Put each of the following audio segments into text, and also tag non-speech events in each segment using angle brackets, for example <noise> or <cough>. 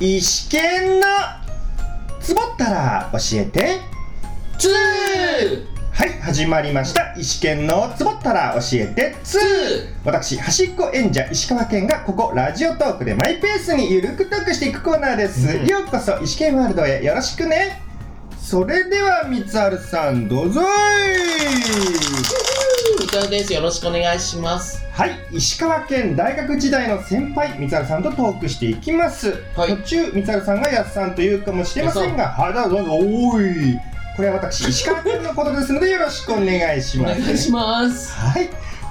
石剣のつぼったら教えてツーはい始まりました石剣のつぼったら教えてツー私端っこ演者石川県がここラジオトークでマイペースにゆるくトークしていくコーナーです、うんようこそ石剣ワールドへよろしくねそれでは三春さんどうぞい伊藤ですよろしくお願いしますはい石川県大学時代の先輩三春さんとトークしていきます、はい途中三春さんがやっさんと言うかもしれませんがはいどうぞどうぞおいこれは私石川県のことですのでよろしくお願いしおま願いすしますはい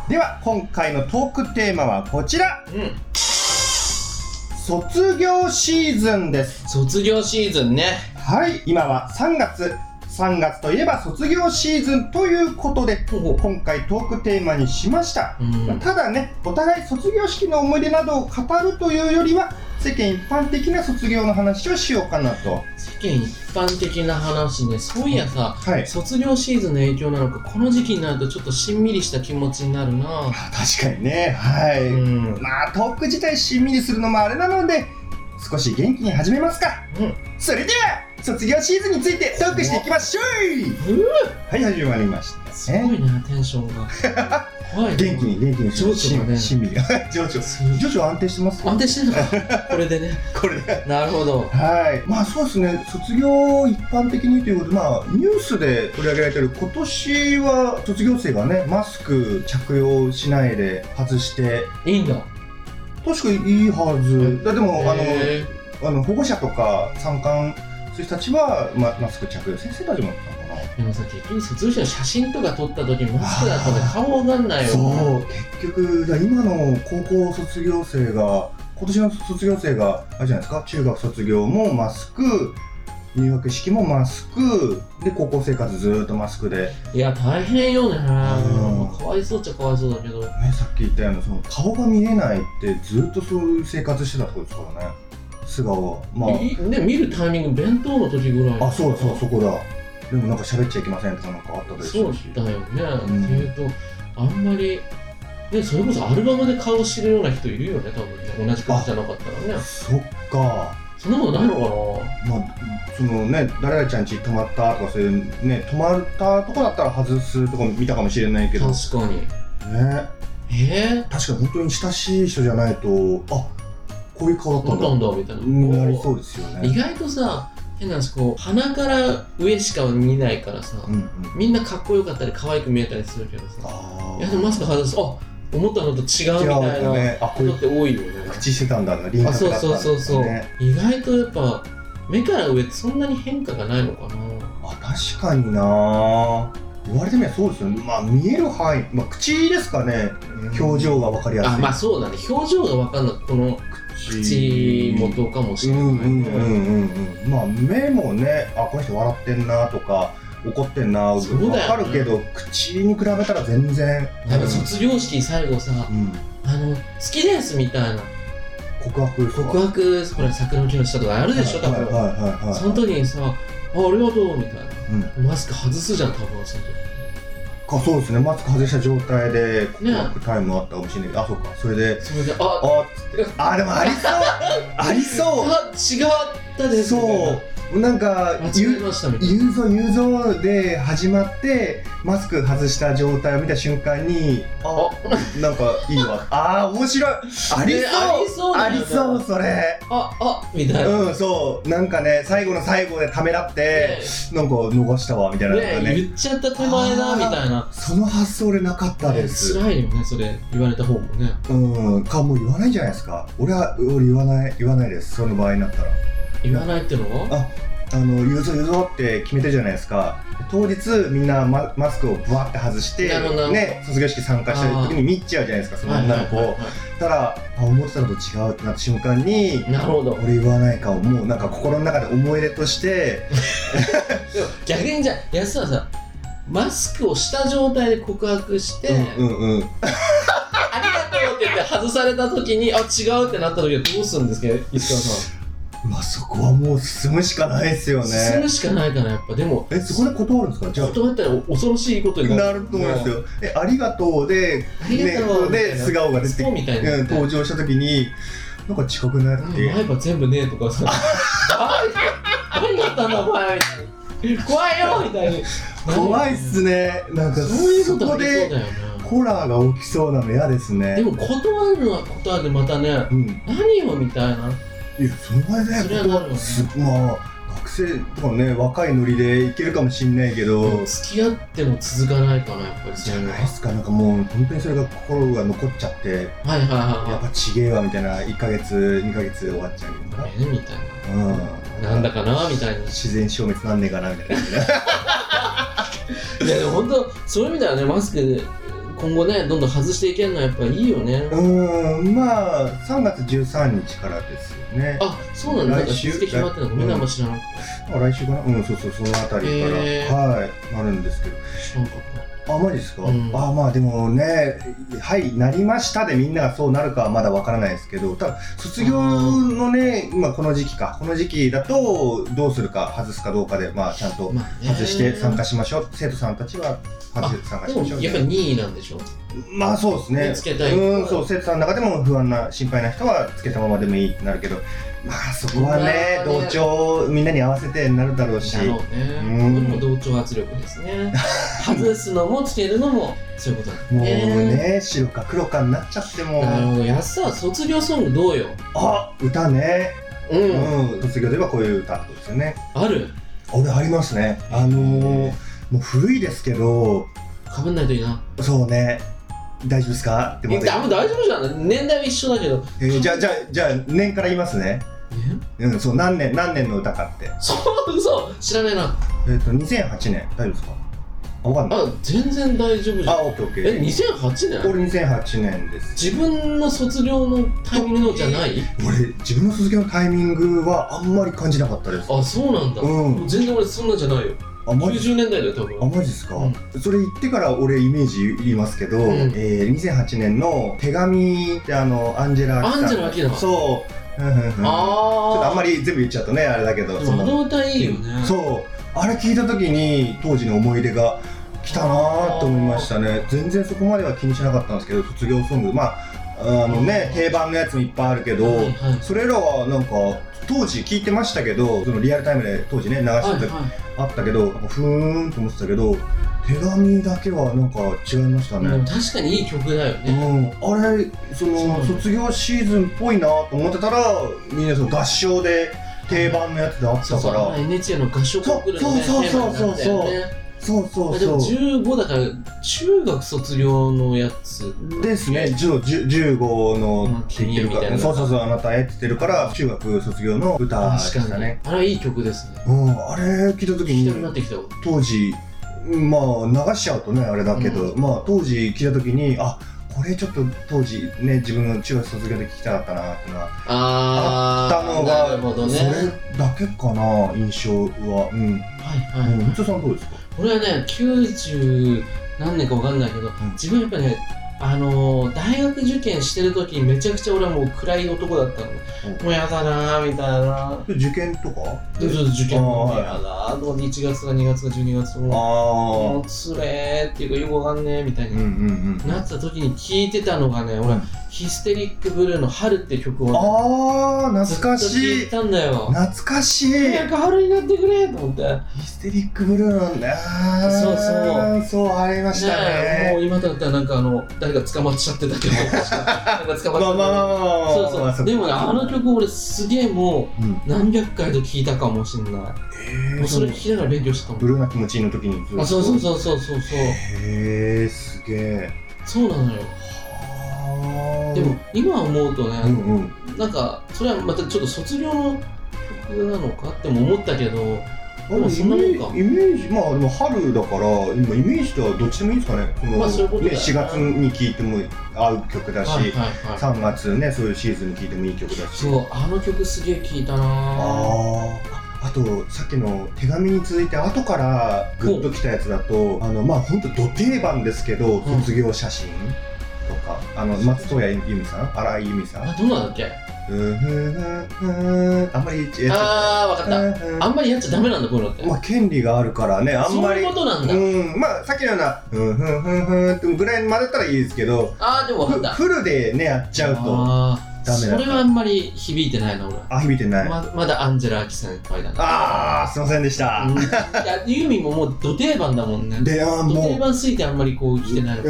では今回のトークテーマはこちらうん卒業シーズンです卒業シーズンねはい今は3月3月といえば卒業シーズンということでほうほ今回トークテーマにしました、ううんまあただねお互い卒業式の思い出などを語るというよりは世間一般的な卒業の話をしようかなと世間一般的な話ねそういやさはい卒業シーズンの影響なのかこの時期になるとちょっとしんみりした気持ちになるなあ確かにねはい、うんまあトーク自体しんみりするのもあれなので少し元気に始めますかうんそれでは卒業シーズンについてトークしていきましょううはい始まりましたすごいなテンションが <laughs> 怖いな元気に元気に情緒がねし <laughs> んみり情緒そう情緒安定してます安定してるのかこれでねこれでなるほどはいまあそうですね卒業を一般的にということでまあニュースで取り上げられてる今年は卒業生がねマスク着用しないで外していいんだ確かいいはずだでもあのへあの保護者とか参観する人たちは、ま、マスク着用先生たちもだったのかなーでもさ結局卒業式の写真とか撮った時マスクだとねあー顔わかんないよそう結局だ今の高校卒業生が今年の卒業生があれじゃないですか中学卒業もマスク入学式もマスクで高校生活ずーっとマスクで、ね、いや大変よねんかわいそうっちゃかわいそうだけどさっき言ったようなその顔が見えないってずーっとそういう生活してたってことですからね素顔はまいで見るタイミング弁当の時ぐらいああそうだそうだそこだでもなんか喋っちゃいけませんとかなんかあったでしそょうだよね、んっていうとあんまりねそれこそアルバムで顔知るような人いるよね多分ね同じ顔じゃなかったらねそっかそんなことないのかなまあ、そのね、誰々ちゃん家泊まったとか、そういうね、泊まったとこだったら外すとか見たかもしれないけど、ね、確かにえ確かに本当に親しい人じゃないと、あこういう顔ー、だ撮っったたんんだ、だみたいな、うんなりそうですよ意ね。外とさ変な話こう鼻から上しか見ないからさ、うんうん、みんなかっこよかったり可愛く見えたりするけどさあいやでもマスク外すとあ思ったのと違うみたい違うなね、あこうい人うって多いよね口してたんだな、輪あ郭そうだったんそうだ、ね、そうそう、意外とやっぱ目から上ってそんなに変化がないのかなあ確かにな言われてみればそうですよね、まあ、見える範囲、まあ、口ですかね、表情が分かりやすい。あまあそうだね表情が分かんないこの口元かもしれない、うんうんうんうんうんまあ目もねあこの人笑ってんなとか怒ってんなわそうだよねかるけど、口に比べたら全然やっぱ卒業式最後さうん、うん「あの好きです」みたいな告白とか告白ほら桜の木の下とかあるでしょ多はい分、はいはいはいその時にさ「あありがとう」みたいなうん、マスク外すじゃん多分その時かそうですねマスク外した状態で告白タイムあったかもしれない、あそうかそれでそれで「ああっつってあでもあり <laughs> そうありそあ違ったうです」みたいなそうなんか間違え言うましたみたいな言うぞ言うぞで始まってマスク外した状態を見た瞬間にあなんかいいわ。 <laughs> ああ面白い。ありねありそそうう。だあよねりそうそれ。ああみたいな、うんそう。なんかね最後の最後でためらってなんか逃したわみたいなのがねね。言っちゃった手前だみたいなその発想俺なかったです。辛いよねそれ言われた方もねうん。かもう言わないんじゃないですか。俺は俺言わない言わないです。その場合になったら。言わないってのはあの言うぞ言うぞって決めてるじゃないですか当日みんなママスクをぶわって外してなるほど、ね、卒業式参加してる時に見ちゃうじゃないですかその女の子を、はいはいはいたらあ思ってたのと違うってなった瞬間になるほど俺言わないかももうなんか心の中で思い入れとしてでも逆にじゃあ安はさマスクをした状態で告白して、うんうんうんありがとうって言って外された時にあ違うってなった時はどうするんですか石川さまあそこはもう進むしかないですよん、進ねむしかないからやっぱでもえそこで断るんですかじゃあ断ったら恐ろしいことにななるると思うんですよえありがとうでありがとうねで素顔が出てそうみたいな、うん登場した時になんか近くないって、前歯全部ねえとかさ <laughs> あ何やったんだお前怖いよみたいに怖いっすねなんかそういうそことこありそうでだよねホラーが起きそうなの嫌ですでねも断るのは断るでまたねうん何よみたいないやその前ねそれはここなるよすまあ学生とかね若いノリでいけるかもしんないけど付き合っても続かないかなやっぱりじそうゃいうのはないっすかなんかもう本当にそれが心が残っちゃってはいはいやっはぱちげえわみたいな1ヶ月2ヶ月で終わっちゃうみいたはいいねみたいなななんだかなみたいな自然消滅なんねえかなみたいないやでも本当そういう意味ではねマスク今後ねどんどん外していけるのはやっぱいいよね <laughs> うんまあ3月13日からですよねあそうなんだなんか来日週付決まってんのごめんなあんま知らなかっあ来週かなうんそうそうそのあたりから、へーはいなるんですけどた知らなかったあマジですか、うんあまあでもねはいなりましたでみんながそうなるかはまだわからないですけどただ卒業のね、まあ、この時期かこの時期だとどうするか外すかどうかでまあちゃんとまあね外して参加しましょう、生徒さんたちは外して参加でしもましょうやっぱり2位なんでしょまあそうですね見つけたいうんそう生徒さんの中でも不安な心配な人はつけたままでもいいってなるけどまあそこはねまあね同調みんなに合わせてになるだろうしだろううんね。これも同調圧力ですね。外すのもつけるのもそういうことだもうね。ね白か黒かになっちゃってもなるほど。安さ卒業ソングどうよ。あ歌ねう。うんん、卒業といえばこういう歌ってことですよねある。俺ありますねあのー、もう古いですけどかぶんないといいな。そうね大丈夫ですかってまえ多た、分大丈夫じゃん。年代は一緒だけど。えーじゃあじゃあじゃあ年から言いますねえ？うんそう何年何年の歌かってそう嘘。知らないな。えっ、と2008年大丈夫ですかあわかんないあ全然大丈夫じゃん。あオッケーオッケえー俺2008年？2008年です自分の卒業のタイミングのじゃない？俺自分の続きのタイミングはあんまり感じなかったですあそうなんだ。うん全然俺そんなんじゃないよ。あマジ90年代だよ多あ分。マジですか、うんそれ言ってから俺イメージ言いますけど、んえー2008年の「手紙」ってあのアンジェラ・アンジェラアキラそう、うんうんうん、ちょっとああんあ。まり全部言っちゃうとねあれだけどでもあの歌いいよね。そうあれ聞いた時に当時の思い出が来たなと思いましたね全然そこまでは気にしなかったんですけど卒業ソングまああのね定番のやつもいっぱいあるけど、はいはいそれらはなんか当時聞いてましたけどそのリアルタイムで当時ね流はしいてたはあったけど、なんかふーんと思ってたけど手紙だけはなんか違いましたい、でもね、確かにいい曲だようね、んあれそそうなのの卒業シーズンっぽいなと思ってたらみんなその合唱で定番のやつであったそうそかうら。 NHK の合唱コンクールのねそうテーマになったそうそうそようそうねそうまそあうでそもう15だから中学卒業のやつですね、10 10 15うんのって言ってる君へみたいかなら、そうそうそう、あなたへって言ってるから、中学卒業の歌で確したかに、ね。あれはいい曲ですねうん、あれ聞いた時聞きたくなっに、てきたわ当時、うんまあ流しちゃうとね、あれだけど、まあ当時聞いた時に、あこれちょっと当時ね、自分の中学卒業で聞きたかったなっていうのは、あーあったのがなるほどねそれだけかな、印象は。うん。はいはい、うん、みつさんどうですかこれはね90何年か分かんないけど、ん自分やっぱねあのー大学受験してる時めちゃくちゃ俺はもう暗い男だったの、うんもうやだなーみたいな受験とかでちょっと受験のねあーやだーと1月か2月か12月もあもうつれーっていうかよくわかんねーみたいー。うんうにんうん。なってた時に聴いてたのがねう俺んヒステリックブルーの「春」って曲をねあー、ずっ懐かと聴しいいて。たんだよ懐かしい早く春になってくれーと思ってヒステリックブルーなんだあーそそううありましたえねもう今だったらなんかあの誰か捕まっちゃってたけどなんか捕ままあまあっちゃってまあまあそうそう、まあっかでもねあの曲俺すげえもうんう何百回と聴いたかもしんない、えもー、うそそれの聴きながら勉強してたもブんルーな気持ちの時にずっとあそうそうそうそうそうそうへえー、すげえそうなのよはーでも今思うとね、うんうんなんかそれはまたちょっと卒業の曲なのかっても思ったけどあでもそんなもんかイメージイメージまあでも春だから今イメージとはどっちでもいいんですかねこのまあそういうことだよねね4月に聴いても合う曲だし、はいはいはい3月ねそういうシーズンに聴いてもいい曲だしそうあの曲すげえ聴いたなぁあーあとさっきの手紙に続いて後からグッときたやつだとあのまあ本当ど定番ですけどうん卒業写真とか、あの松任谷由実さん荒井由実さんあどうなんだっけうーんうーんあんまりえっとあーわかっうーんたあんまりやっちゃダメなんだこういうのって、まあ権利があるからねあんまりそういうことなんだ、うんまあさっきのようなうんふんふんふんってぐらいまでだったらいいですけどあーでもわかフったフルでねやっちゃうとあダメだそれはあんまり響いてないな俺はあ響いてない、ままだアンジェラ・アキ先輩だなあーすいませんでした、うんいやユーミンももうど定番だもんねであーども定う番すぎてあんまりこう来てないのか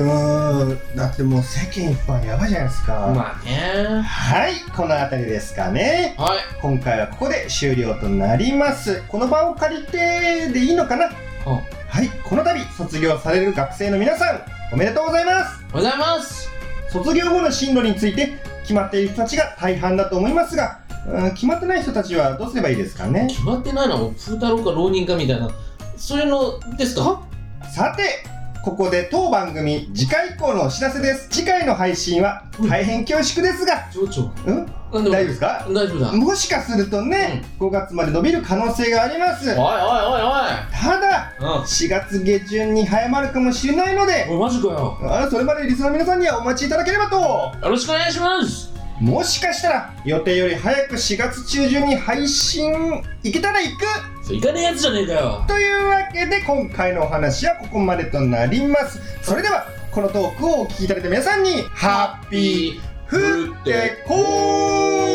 うーんだってもう世間一般やばいじゃないですか、まあねはいこの辺りですかねはい今回はここで終了となりますこの場を借りてでいいのかなおはよはいこの度卒業される学生の皆さんおめでとうございますうございます卒業後の進路について決まっている人たちが大半だと思いますが、うん決まってない人たちはどうすればいいですかね決まってないのはもう風太郎か浪人かみたいなそういうのですかさてここで当番組次回以降のお知らせです次回の配信は大変恐縮ですが、情緒うん、なん大丈で夫ですかも大丈夫だおいもしかするとね、5月まで伸びる可能性がありますおいおただいおい4月下旬に早まるかもしれないのでうんおいマジかよあそれまでリスナーの皆さんにはお待ちいただければとよろしくお願いしますもしかしたら予定より早く4月中旬に配信いけたら行くそれいかねえやつじゃねえかよというわけで今回のお話はここまでとなりますそれではこのトークをお聞きいただいた皆さんにハッピーーふってこー